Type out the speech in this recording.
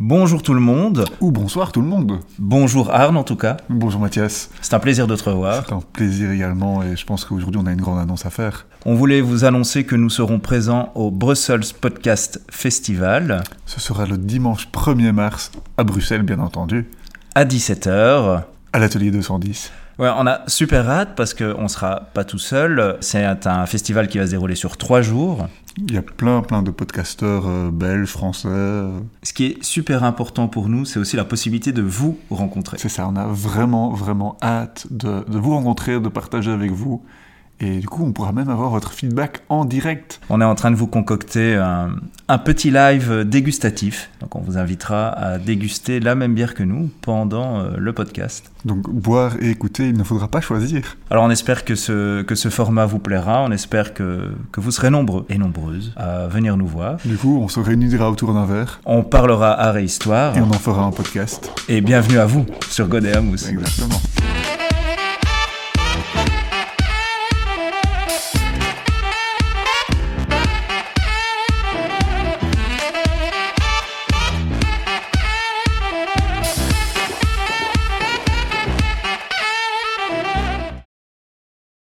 Bonjour tout le monde. Ou bonsoir tout le monde. Bonjour Arne en tout cas. Bonjour Mathias. C'est un plaisir de te revoir. C'est un plaisir également et je pense qu'aujourd'hui on a une grande annonce à faire. On voulait vous annoncer que nous serons présents au Brussels Podcast Festival Ce sera le dimanche 1er mars à Bruxelles bien entendu, à 17h. à l'atelier 210. Ouais, on a super hâte parce qu'on sera pas tout seul. C'est un festival qui va se dérouler sur trois jours. Il y a plein plein de podcasteurs euh, belges, français. euh, Ce qui est super important pour nous, c'est aussi la possibilité de vous rencontrer. C'est ça, on a vraiment vraiment hâte de, de vous rencontrer, de partager avec vous. Et du coup on pourra même avoir votre feedback en direct. On est en train de vous concocter un, un petit live dégustatif. Donc on vous invitera à déguster la même bière que nous pendant euh, le podcast. Donc boire et écouter, il ne faudra pas choisir. Alors on espère que ce, que ce format vous plaira, on espère que, que vous serez nombreux et nombreuses à venir nous voir. Du coup on se réunira autour d'un verre On parlera art et histoire et on en fera un podcast. et bienvenue à vous sur Godet Mousse. Exactement.